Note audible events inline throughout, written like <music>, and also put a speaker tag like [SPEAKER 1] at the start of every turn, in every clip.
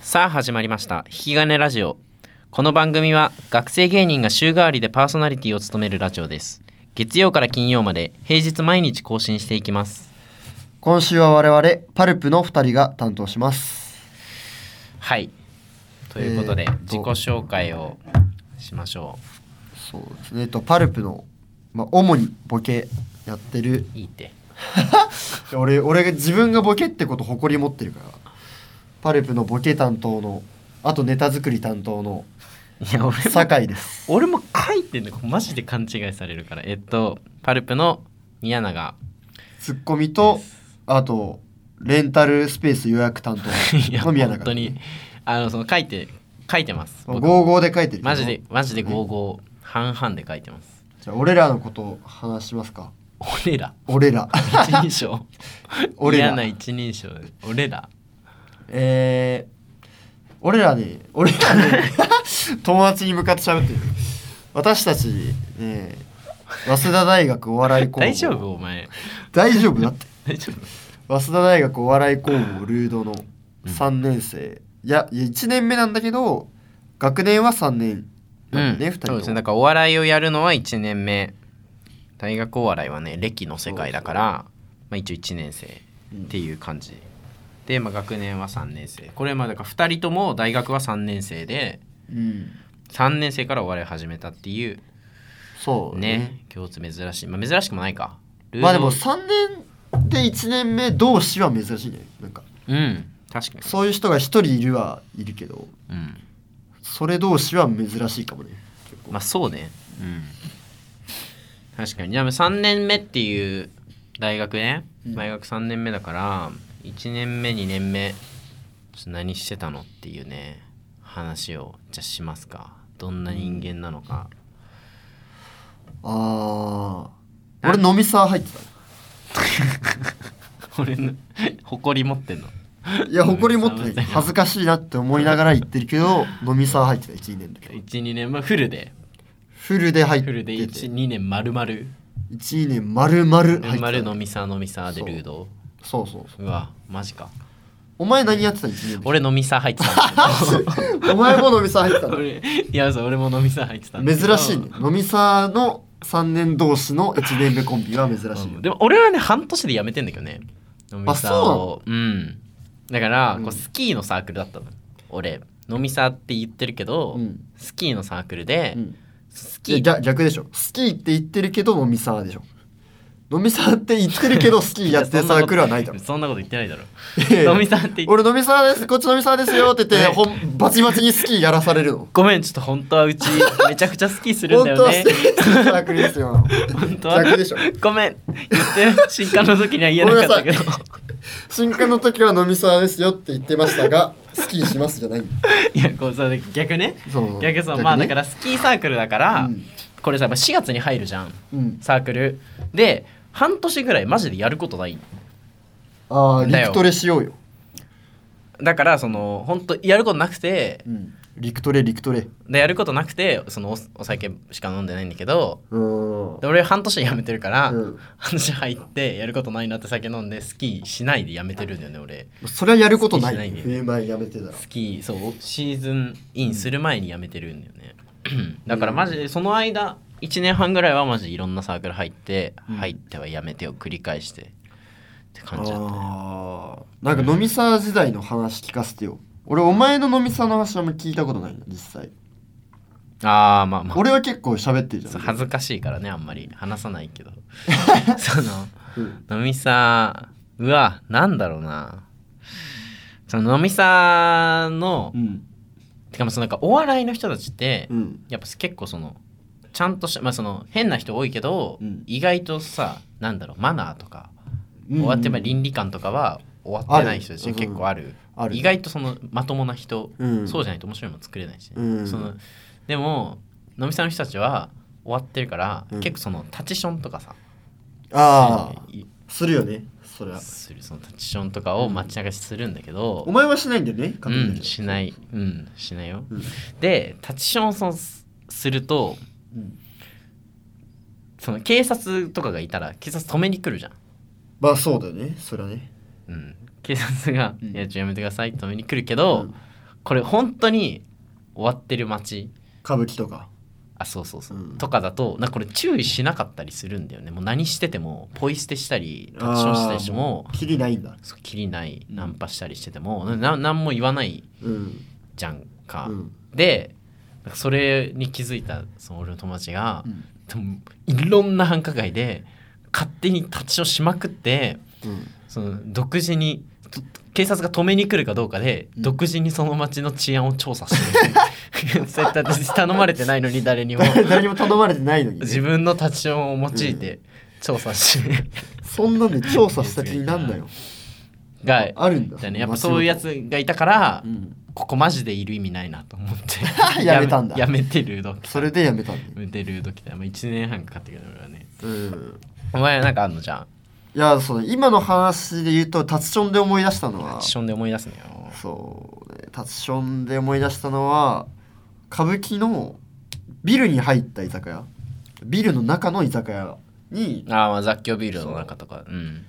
[SPEAKER 1] さあ始まりました引き金ラジオこの番組は学生芸人が週替わりでパーソナリティを務めるラジオです月曜から金曜まで平日毎日更新していきます
[SPEAKER 2] 今週は我々パルプの2人が担当します
[SPEAKER 1] はいということで、
[SPEAKER 2] えーっと
[SPEAKER 1] 自己紹介をしましょ
[SPEAKER 2] そうですねえっとパルプの、まあ、主にボケやってる
[SPEAKER 1] ういいって
[SPEAKER 2] 俺俺が自分がボケってこと誇り持ってるからパルプのボケ担当のあとネタ作り担当の
[SPEAKER 1] いや俺も
[SPEAKER 2] 酒井です
[SPEAKER 1] 俺も書いてんのマジで勘違いされるからえっとパルプの宮永
[SPEAKER 2] ツッコミとあとレンタルスペース予約
[SPEAKER 1] <laughs>
[SPEAKER 2] 担
[SPEAKER 1] い
[SPEAKER 2] 当
[SPEAKER 1] や
[SPEAKER 2] の宮永
[SPEAKER 1] 本当にあのその書いて書いてます
[SPEAKER 2] まあ
[SPEAKER 1] 僕
[SPEAKER 2] 55で書いてる
[SPEAKER 1] マジでマジで55半々で書いてます
[SPEAKER 2] じゃあ俺らのことを話しますか
[SPEAKER 1] 俺ら
[SPEAKER 2] 俺ら
[SPEAKER 1] 一人称
[SPEAKER 2] <laughs> 俺ら
[SPEAKER 1] 嫌な一人称です俺ら
[SPEAKER 2] えー、俺らね俺らね <laughs> 友達に向かって喋ってる私たちね早稲田大学お笑い工房
[SPEAKER 1] 大丈夫お前
[SPEAKER 2] 大丈夫だ
[SPEAKER 1] <laughs>
[SPEAKER 2] って
[SPEAKER 1] 大丈
[SPEAKER 2] 早稲田大学お笑い工房ルードの
[SPEAKER 1] うん
[SPEAKER 2] 3年生、いやいや1年目なんだけど学年は3年
[SPEAKER 1] 夫
[SPEAKER 2] だね、
[SPEAKER 1] う
[SPEAKER 2] 2
[SPEAKER 1] ん
[SPEAKER 2] 人
[SPEAKER 1] そうですねだ
[SPEAKER 2] と
[SPEAKER 1] からお笑いをやるのは1年目大学お笑いはね歴の世界だからまあ、一応1年生っていう感じで、まあ、学年は3年生これまあだから2人とも大学は3年生で
[SPEAKER 2] うん
[SPEAKER 1] 3年生からお笑い始めたっていう
[SPEAKER 2] そうね
[SPEAKER 1] ね共通珍しいまあ珍しくもないかルード
[SPEAKER 2] まあでも3年で1年目同士は珍しいねなんか
[SPEAKER 1] うん確かに
[SPEAKER 2] そういう人が1人いるはいるけど
[SPEAKER 1] うん
[SPEAKER 2] それ同士は珍しいかもね
[SPEAKER 1] まあそうねうん確かにでも3年目っていう大学ね
[SPEAKER 2] うん
[SPEAKER 1] 大学3年目だから1年目2年目ちょっと何してたのっていうね話をじゃあしますかどんな人間なのか、
[SPEAKER 2] ああ俺飲みサー入って
[SPEAKER 1] 俺の <laughs> 誇り持ってんの
[SPEAKER 2] たいや誇り持ってない恥ずかしいなって思いながら言ってるけど飲みサー入ってた12年だけど
[SPEAKER 1] 12年まあフルで
[SPEAKER 2] フルで入っ
[SPEAKER 1] フ
[SPEAKER 2] て
[SPEAKER 1] ルで
[SPEAKER 2] て
[SPEAKER 1] 12年丸々丸
[SPEAKER 2] 1年丸々入ってた
[SPEAKER 1] 々飲みさ飲みさでルード
[SPEAKER 2] そうそうそ
[SPEAKER 1] う
[SPEAKER 2] う
[SPEAKER 1] わマジか
[SPEAKER 2] お前何やってた1年
[SPEAKER 1] 俺飲みさ入って
[SPEAKER 2] <laughs>
[SPEAKER 1] たんだけ
[SPEAKER 2] 俺お前も飲みサー入ってた
[SPEAKER 1] ど
[SPEAKER 2] の
[SPEAKER 1] <laughs> 俺いやそう俺も飲みさ入ってたんだけど
[SPEAKER 2] 珍しいね飲みサーの3年同士の1年目コンビは珍しい
[SPEAKER 1] うん
[SPEAKER 2] よ
[SPEAKER 1] でも俺はね半年でやめてんだけどね飲みサーをうんだから、
[SPEAKER 2] うん
[SPEAKER 1] こうスキーのサークルだったの俺飲みサーって言ってるけど、
[SPEAKER 2] うん
[SPEAKER 1] スキーのサークルで、
[SPEAKER 2] うん
[SPEAKER 1] ス
[SPEAKER 2] い
[SPEAKER 1] キ
[SPEAKER 2] や
[SPEAKER 1] ー
[SPEAKER 2] 逆逆でしょスキーって言ってるけど飲みサーでしょ飲みサーって言ってるけどスキーやってるサークルはないだろ
[SPEAKER 1] そんなこと言ってないだろ
[SPEAKER 2] <laughs> いやいや
[SPEAKER 1] 飲みサーって言って
[SPEAKER 2] 俺飲み沢ですこっち飲み沢ですよって言って、ほんバチバチにスキーやらされるの
[SPEAKER 1] ごめんちょっと本当はうちめちゃくちゃスキーするん
[SPEAKER 2] 本
[SPEAKER 1] だ
[SPEAKER 2] 当
[SPEAKER 1] よ
[SPEAKER 2] は
[SPEAKER 1] ね
[SPEAKER 2] スキーサークルですよ
[SPEAKER 1] 本当は
[SPEAKER 2] 逆でしょ
[SPEAKER 1] ごめん言って新刊の時には言えなかったけど
[SPEAKER 2] ごめんな新刊の時は飲み沢ですよって言ってましたがスキーしますじゃない
[SPEAKER 1] いやこうさ逆ね
[SPEAKER 2] そう
[SPEAKER 1] 逆そうまあだからスキーサークルだから、
[SPEAKER 2] うん
[SPEAKER 1] これさやっぱ4月に入るじゃん
[SPEAKER 2] うん
[SPEAKER 1] サークルで半年ぐらいマジでやることない
[SPEAKER 2] ああ
[SPEAKER 1] だよ
[SPEAKER 2] 陸トレしようよ、
[SPEAKER 1] だからその本当やることなくて
[SPEAKER 2] うん、陸トレ陸トレ
[SPEAKER 1] でやることなくてそのおお酒しか飲んでないんだけど
[SPEAKER 2] うーん
[SPEAKER 1] で俺半年で辞めてるから、
[SPEAKER 2] うん
[SPEAKER 1] 半年入ってやることないなって酒飲んでスキーしないで辞めてるんだよね俺
[SPEAKER 2] それはやることない
[SPEAKER 1] スキーしないね
[SPEAKER 2] 冬前やめてたら
[SPEAKER 1] スキーそうシーズンインする前に辞めてるんだよねだからマジでその間1年半ぐらいはマジでいろんなサークル入って、
[SPEAKER 2] うん
[SPEAKER 1] 入っては辞めてを繰り返してって感じだったね
[SPEAKER 2] あーなんか飲み沢時代の話聞かせてよ俺お前の飲み沢の話あんま聞いたことないな実際
[SPEAKER 1] あーまあまあ
[SPEAKER 2] 俺は結構喋ってるじゃん
[SPEAKER 1] 恥ずかしいからねあんまり話さない
[SPEAKER 2] <laughs>
[SPEAKER 1] けどその
[SPEAKER 2] うん
[SPEAKER 1] 飲みさうわなんだろうなその飲みさの
[SPEAKER 2] うん
[SPEAKER 1] てかまあそのなんかお笑いの人たちって、
[SPEAKER 2] うん
[SPEAKER 1] やっぱ結構そのちゃんとしたまあその変な人多いけど、
[SPEAKER 2] うん
[SPEAKER 1] 意外とさなんだろうマナーとか終わってまあ倫理観とかは終わってない人た
[SPEAKER 2] あ
[SPEAKER 1] ち
[SPEAKER 2] る
[SPEAKER 1] 結構ある,、
[SPEAKER 2] ある
[SPEAKER 1] 意外とそのまともな人、
[SPEAKER 2] うん
[SPEAKER 1] そうじゃないと面白いもの作れないし、ね
[SPEAKER 2] うん
[SPEAKER 1] そのでも飲みさんの人たちは終わってるから、
[SPEAKER 2] うん
[SPEAKER 1] 結構そのタチションとかさ
[SPEAKER 2] ああ
[SPEAKER 1] い
[SPEAKER 2] するよねそれは
[SPEAKER 1] するそのタチションとかを街中しするんだけど、
[SPEAKER 2] お前はしないんだよね、
[SPEAKER 1] うん、しないい、うん、しないよ。
[SPEAKER 2] うん
[SPEAKER 1] でタチションをそのすすると
[SPEAKER 2] うん
[SPEAKER 1] その警察とかがいたら警察止めに来るじゃん。
[SPEAKER 2] まあそうだよねそれはね
[SPEAKER 1] うん、警察が「
[SPEAKER 2] うん
[SPEAKER 1] いやちょやめてください」止めに来るけど、
[SPEAKER 2] うん
[SPEAKER 1] これ本当に終わってる街
[SPEAKER 2] 歌舞伎とか
[SPEAKER 1] あそうそうそう、
[SPEAKER 2] うん
[SPEAKER 1] とかだとなんかこれ注意しなかったりするんだよねもう何しててもポイ捨てしたりタッチションしたりしても
[SPEAKER 2] キリないんだ
[SPEAKER 1] そうきりないナンパしたりしててもな何も言わない
[SPEAKER 2] うん
[SPEAKER 1] じゃんか、
[SPEAKER 2] うん
[SPEAKER 1] でなんかそれに気づいたその俺の友達が
[SPEAKER 2] う、ん
[SPEAKER 1] でもいろんな繁華街で勝手に立ちションしまくってその独自にと警察が止めに来るかどうかで、
[SPEAKER 2] うん
[SPEAKER 1] 独自にその町の治安を調査
[SPEAKER 2] <laughs>
[SPEAKER 1] してるそういった頼まれてないのに誰にも
[SPEAKER 2] <laughs> 誰誰にも頼まれてないのにね
[SPEAKER 1] 自分の立ちションを用いて調査して、
[SPEAKER 2] そんなんで調査した気になんだよ
[SPEAKER 1] が
[SPEAKER 2] あるんだ
[SPEAKER 1] だねやっぱそういうやつがいたから、
[SPEAKER 2] うん
[SPEAKER 1] ここマジでいる意味ないなと思って
[SPEAKER 2] <laughs> やめたんだ
[SPEAKER 1] やめやめてルード
[SPEAKER 2] それでやめたんだよ
[SPEAKER 1] やめてルード来た、まあ、1年半かかってくる俺はね
[SPEAKER 2] うん
[SPEAKER 1] お前なんかあんのじゃ
[SPEAKER 2] いやその今の話で言うとタツションで思い出したの
[SPEAKER 1] ん
[SPEAKER 2] は
[SPEAKER 1] 一瞬で思い出すのよ
[SPEAKER 2] そうねタツションで思い出したのは歌舞伎のビルに入った居酒屋ビルの中の居酒屋に
[SPEAKER 1] あーまあ雑居ビルの中とかうん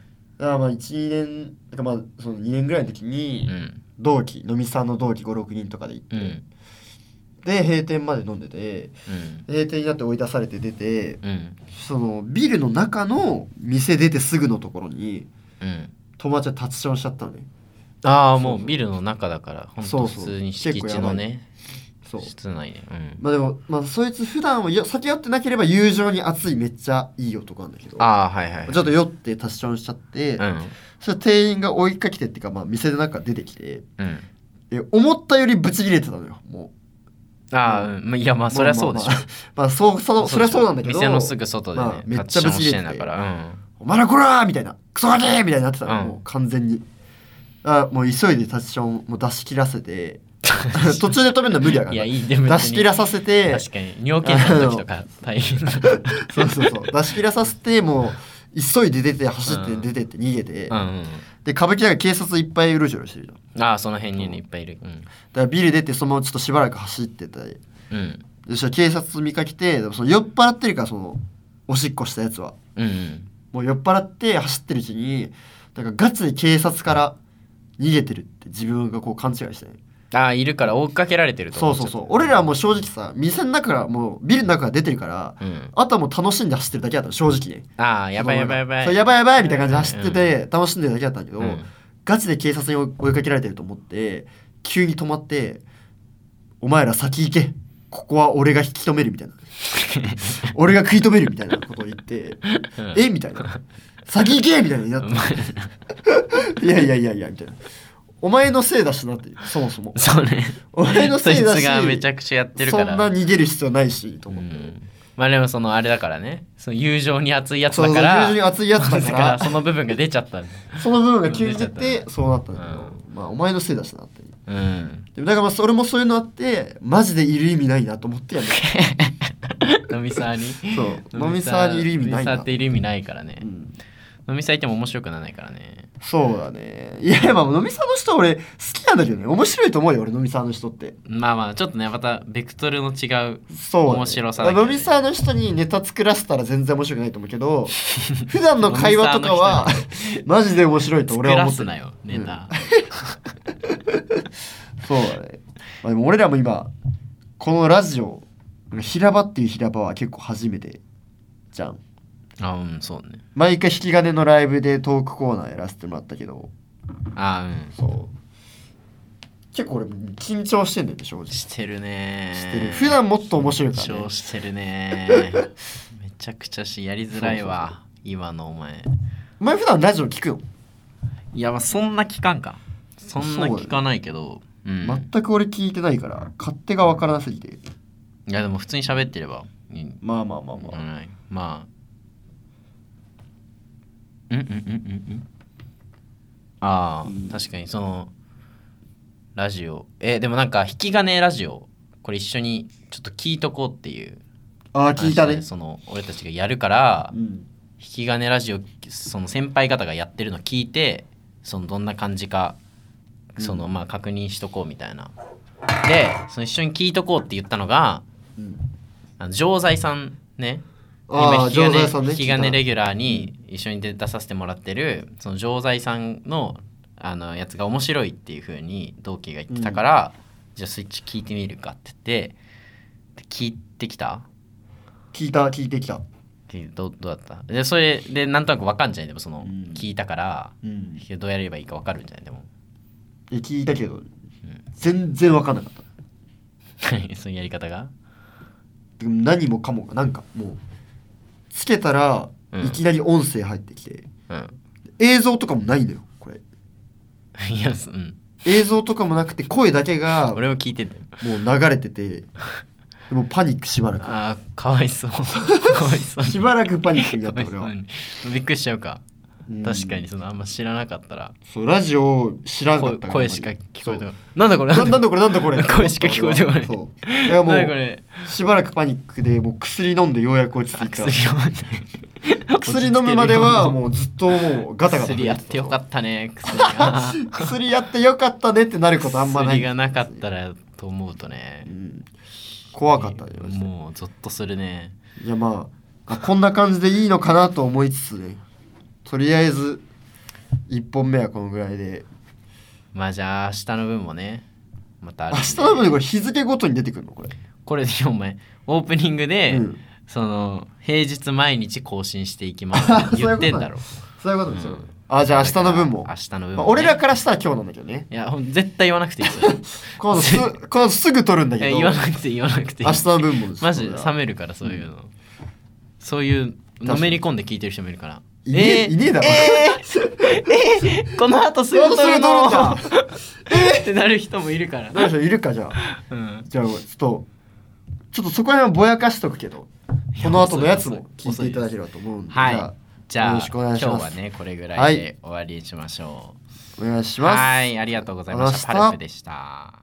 [SPEAKER 2] あまあ1年なんかまあその2年ぐらいの時
[SPEAKER 1] う
[SPEAKER 2] に
[SPEAKER 1] ん
[SPEAKER 2] 同期飲みさんの同期56人とかで行って、
[SPEAKER 1] うんうん
[SPEAKER 2] で閉店まで飲んでて閉店になって追い出されて出て
[SPEAKER 1] うん
[SPEAKER 2] そのビルの中の店出てすぐのところに
[SPEAKER 1] うん
[SPEAKER 2] 友達はタツションしちゃったのね
[SPEAKER 1] ああ
[SPEAKER 2] そう
[SPEAKER 1] もうビルの中だから本
[SPEAKER 2] そ
[SPEAKER 1] 当
[SPEAKER 2] う
[SPEAKER 1] 普
[SPEAKER 2] そう
[SPEAKER 1] 通に敷地のね
[SPEAKER 2] そう
[SPEAKER 1] 室内ねうん
[SPEAKER 2] まあでも、まあ、そいつ普段はよ酒酔ってなければ友情に熱いめっちゃいい男なんだけど
[SPEAKER 1] ああはいはい
[SPEAKER 2] ちょっと酔ってタッションしちゃって、
[SPEAKER 1] うん
[SPEAKER 2] そしたら店員が追いかけてっていうか、まあ、店の中出てきて
[SPEAKER 1] うん
[SPEAKER 2] え思ったよりブチ切れてたのよもう
[SPEAKER 1] ああうんまあいやまあそりゃそうでしょ
[SPEAKER 2] まあまあまあそうそそりゃそうなんだけど
[SPEAKER 1] 店のすぐ外でね、
[SPEAKER 2] まあめっち
[SPEAKER 1] タッチショ
[SPEAKER 2] ゃ
[SPEAKER 1] ン
[SPEAKER 2] ブチ切
[SPEAKER 1] し
[SPEAKER 2] れてて
[SPEAKER 1] てんだから
[SPEAKER 2] お前らこらーみたいなクソガキーみたいになってたの、
[SPEAKER 1] うん
[SPEAKER 2] もう完全にあもう急いでタッションもう出し切らせて <laughs> 途中で止めるのは無理や
[SPEAKER 1] う
[SPEAKER 2] か
[SPEAKER 1] んい
[SPEAKER 2] ら
[SPEAKER 1] や
[SPEAKER 2] 出
[SPEAKER 1] いいでも
[SPEAKER 2] し切らさせて
[SPEAKER 1] 確かに尿検査の時とか大変
[SPEAKER 2] <laughs>
[SPEAKER 1] だ
[SPEAKER 2] そうそうそう出し切らさせてもう急いで出て走って
[SPEAKER 1] うん
[SPEAKER 2] 出てって逃げて、
[SPEAKER 1] うんうん
[SPEAKER 2] で歌舞伎だから警察いっぱいうろちょろしてるじゃんだ
[SPEAKER 1] ああその辺にねいっぱいいるうん
[SPEAKER 2] からビル出てそのままちょっとしばらく走ってたり
[SPEAKER 1] うん
[SPEAKER 2] でそしたら警察見かけてでもその酔っ払ってるからそのおしっこしたやつは
[SPEAKER 1] うんうん
[SPEAKER 2] もう酔っ払って走ってるうちになんかガチで警察から逃げてるって自分がこう勘違いしてね
[SPEAKER 1] ああいるから追っかけられてると
[SPEAKER 2] そ
[SPEAKER 1] 思
[SPEAKER 2] う
[SPEAKER 1] っちゃ
[SPEAKER 2] そう
[SPEAKER 1] った
[SPEAKER 2] そう俺らはもう正直さ店の中からもうビルの中から出てるから
[SPEAKER 1] うん
[SPEAKER 2] あとはもう楽しんで走ってるだけだったの正直ね
[SPEAKER 1] ああやばいやばいやばい
[SPEAKER 2] そうやばいやばいみたいな感じで走ってて楽しんでるだけだったんだけど、
[SPEAKER 1] うん
[SPEAKER 2] ガチで警察に追いかけられてると思って急に止まって「お前ら先行けここは俺が引き止める」みたい
[SPEAKER 1] <laughs>
[SPEAKER 2] な「俺が食い止める」みたいなことを言って
[SPEAKER 1] うん
[SPEAKER 2] 「えみたいな「先行け!」みたいになって <laughs> 「いやいやいやいや」みたいな「お前のせいだしな」ってそもそも
[SPEAKER 1] そうね
[SPEAKER 2] お前の
[SPEAKER 1] <laughs> そ
[SPEAKER 2] せ
[SPEAKER 1] い
[SPEAKER 2] い
[SPEAKER 1] つ
[SPEAKER 2] だし
[SPEAKER 1] がめちゃくちゃやってる
[SPEAKER 2] そ
[SPEAKER 1] か
[SPEAKER 2] ん
[SPEAKER 1] ら
[SPEAKER 2] な逃げる必要ないしと
[SPEAKER 1] う
[SPEAKER 2] 思って、
[SPEAKER 1] んまあでもそのあれだからねその友情に熱いやつ
[SPEAKER 2] そう
[SPEAKER 1] だ
[SPEAKER 2] そ
[SPEAKER 1] か
[SPEAKER 2] う
[SPEAKER 1] ら
[SPEAKER 2] 友情に熱いやつ
[SPEAKER 1] <laughs>
[SPEAKER 2] だ
[SPEAKER 1] だ
[SPEAKER 2] か
[SPEAKER 1] から
[SPEAKER 2] ら
[SPEAKER 1] その部分が出ちゃったんだ
[SPEAKER 2] その部分が急に出て
[SPEAKER 1] う
[SPEAKER 2] そうなったんだけど、まあお前のせいだしなって
[SPEAKER 1] うん
[SPEAKER 2] でもだからまあそれもそういうのあってマジでいる意味ないなと思ってや
[SPEAKER 1] <laughs>
[SPEAKER 2] めた
[SPEAKER 1] 飲みサーに
[SPEAKER 2] そう飲みサーにいる意味ない
[SPEAKER 1] 飲みサ
[SPEAKER 2] な
[SPEAKER 1] ーっている意味ないからね
[SPEAKER 2] うん
[SPEAKER 1] 飲みサーいても面白くならないからね
[SPEAKER 2] そうだねいやまあ飲みさんの人俺好きなんだけどね面白いと思うよ俺飲みさんの人って
[SPEAKER 1] まあまあちょっとねまたベクトルの違う
[SPEAKER 2] そうだね、
[SPEAKER 1] 面白さだけど
[SPEAKER 2] 飲みさんの人にネタ作らせたら全然面白くないと思う
[SPEAKER 1] <laughs>
[SPEAKER 2] けど普段の会話とかはマジで面白いと
[SPEAKER 1] 作
[SPEAKER 2] 俺は
[SPEAKER 1] ら
[SPEAKER 2] 思って
[SPEAKER 1] す
[SPEAKER 2] る
[SPEAKER 1] なよネタ、
[SPEAKER 2] そうだね、まあ、でも俺らも今このラジオ平場っていう平場は結構初めてじゃん
[SPEAKER 1] あうんそうね
[SPEAKER 2] 毎回引き金のライブでトークコーナーやらせてもらったけど
[SPEAKER 1] あうん
[SPEAKER 2] そう結構俺も緊張してんだよね正直
[SPEAKER 1] してるね
[SPEAKER 2] してる普段もっと面白いからね
[SPEAKER 1] 緊張してるねめちゃくちゃしやりづらいわ
[SPEAKER 2] そう
[SPEAKER 1] 今のお前
[SPEAKER 2] お前普段ラジオ聞くよ、
[SPEAKER 1] いやまあそんな期間かそんな聞かないけどう、ん、
[SPEAKER 2] 全く俺聞いてないから勝手が分からなすぎて
[SPEAKER 1] いやでも普通に喋ってればいい
[SPEAKER 2] まあまあまあ
[SPEAKER 1] う
[SPEAKER 2] まあ、
[SPEAKER 1] んまあうんうんうんうんうんああ、
[SPEAKER 2] うん
[SPEAKER 1] 確かにそのラジオえでもなんか引き金ラジオこれ一緒にちょっと聞いとこうっていう
[SPEAKER 2] ああ聞いた
[SPEAKER 1] 話
[SPEAKER 2] ね
[SPEAKER 1] でその俺たちがやるから、
[SPEAKER 2] うん
[SPEAKER 1] 引き金ラジオその先輩方がやってるの聞いてそのどんな感じかそのまあ確認しとこうみたいな。でその一緒に聞いとこうって言ったのが
[SPEAKER 2] うん
[SPEAKER 1] あの常在さんね
[SPEAKER 2] ああ
[SPEAKER 1] 引き金
[SPEAKER 2] 錠剤さんね
[SPEAKER 1] 引き金レ
[SPEAKER 2] ギ
[SPEAKER 1] ギュラーに一緒に出出させてもらってるその常在さんのあのやつが面白いっていう風に同期が言ってたから、じゃあスイッチ聞いてみるかって言ってで聞いてきた
[SPEAKER 2] 聞いた聞いてきた
[SPEAKER 1] でどどうだったでそれでなんとなく分かんじゃないでもその、
[SPEAKER 2] うん
[SPEAKER 1] 聞いたから
[SPEAKER 2] うん
[SPEAKER 1] どうやればいいか分かるんじゃないでも <laughs>
[SPEAKER 2] え聞いたけど、全然分かんなかった
[SPEAKER 1] そのやり方が
[SPEAKER 2] でも何もかもがなんかもうつけたら
[SPEAKER 1] うん
[SPEAKER 2] いきなり音声入ってきて、
[SPEAKER 1] うん
[SPEAKER 2] 映像とかもないのよこれ
[SPEAKER 1] いや、そうん、
[SPEAKER 2] 映像とかもなくて声だけがもう
[SPEAKER 1] 俺も聞いてんだよ
[SPEAKER 2] 流れててでもパニックしばらく
[SPEAKER 1] あーかわい
[SPEAKER 2] <laughs>
[SPEAKER 1] そうかわいそう
[SPEAKER 2] しばらくパニックになっ
[SPEAKER 1] かわ
[SPEAKER 2] た
[SPEAKER 1] い
[SPEAKER 2] 俺
[SPEAKER 1] そ
[SPEAKER 2] は
[SPEAKER 1] うにびっくりしちゃうか
[SPEAKER 2] うん
[SPEAKER 1] 確かにそのあんま知らなかったら
[SPEAKER 2] そうラジオ知らなかっ
[SPEAKER 1] 声
[SPEAKER 2] たから
[SPEAKER 1] 声しか聞こえて
[SPEAKER 2] そ
[SPEAKER 1] こな
[SPEAKER 2] う
[SPEAKER 1] いなんだこれ
[SPEAKER 2] ななんだこれなんだこ
[SPEAKER 1] <laughs>
[SPEAKER 2] れ
[SPEAKER 1] 声しか聞こえてこない
[SPEAKER 2] そういやも
[SPEAKER 1] なんだこ
[SPEAKER 2] う
[SPEAKER 1] れ
[SPEAKER 2] しばらくパニックでもう薬飲んでようやく落ち着いた
[SPEAKER 1] 薬を
[SPEAKER 2] 薬飲むまではもうずっともうガタガタ
[SPEAKER 1] 薬やってよか
[SPEAKER 2] た
[SPEAKER 1] ったね薬が
[SPEAKER 2] <laughs> 薬や <laughs> ってよかったねってなることあんまない
[SPEAKER 1] 薬がなかったらと思うとね
[SPEAKER 2] うん怖かったねマジで
[SPEAKER 1] もうゾッとするね
[SPEAKER 2] いやまああこんな感じでいいのかなと思いつつねとりあえず1本目はこのぐらいで
[SPEAKER 1] まあじゃあ明日の分もねまたある
[SPEAKER 2] 明
[SPEAKER 1] んで
[SPEAKER 2] 日の分これ日付ごとに出てくるのこれ、
[SPEAKER 1] これでお前オープニングで、
[SPEAKER 2] うん、
[SPEAKER 1] その平日毎日更新していきますって
[SPEAKER 2] <laughs> そうい
[SPEAKER 1] 言
[SPEAKER 2] うこと
[SPEAKER 1] ってんだろ
[SPEAKER 2] そういうことですよ、
[SPEAKER 1] うん
[SPEAKER 2] あじゃあ明日の分も、
[SPEAKER 1] 明日の分もね、
[SPEAKER 2] まあ俺らからしたら今日なんだけどね
[SPEAKER 1] いやほん絶対言わな
[SPEAKER 2] <laughs>
[SPEAKER 1] くていいですよ
[SPEAKER 2] 今度
[SPEAKER 1] <laughs>
[SPEAKER 2] す今度すぐ撮るんだ
[SPEAKER 1] いや
[SPEAKER 2] けど
[SPEAKER 1] 言わなくていい言わなくていい
[SPEAKER 2] 明日の分もです
[SPEAKER 1] マジ
[SPEAKER 2] これは
[SPEAKER 1] 冷めるからそういうの、そういうのめり込んで聞いてる人もいるから
[SPEAKER 2] いねえいねえだろ
[SPEAKER 1] えー、えーこの後すぐ
[SPEAKER 2] <laughs>
[SPEAKER 1] 撮るの
[SPEAKER 2] どうする
[SPEAKER 1] <laughs> ってなる人もいるから、
[SPEAKER 2] <laughs> どうしよういるかじゃあ
[SPEAKER 1] うん、
[SPEAKER 2] じゃあちょっとちょっとそこら辺はぼやかしとくけどこの後のやつも聞いていただければと思うんで
[SPEAKER 1] はい
[SPEAKER 2] じゃあ
[SPEAKER 1] じゃあ
[SPEAKER 2] よろしくお
[SPEAKER 1] 今
[SPEAKER 2] 願いし
[SPEAKER 1] 日
[SPEAKER 2] ます
[SPEAKER 1] はねこれぐらいで終わりにしましょう、
[SPEAKER 2] お願いします
[SPEAKER 1] はいありがとうございました
[SPEAKER 2] あり
[SPEAKER 1] パ
[SPEAKER 2] がとうございました
[SPEAKER 1] ルプでした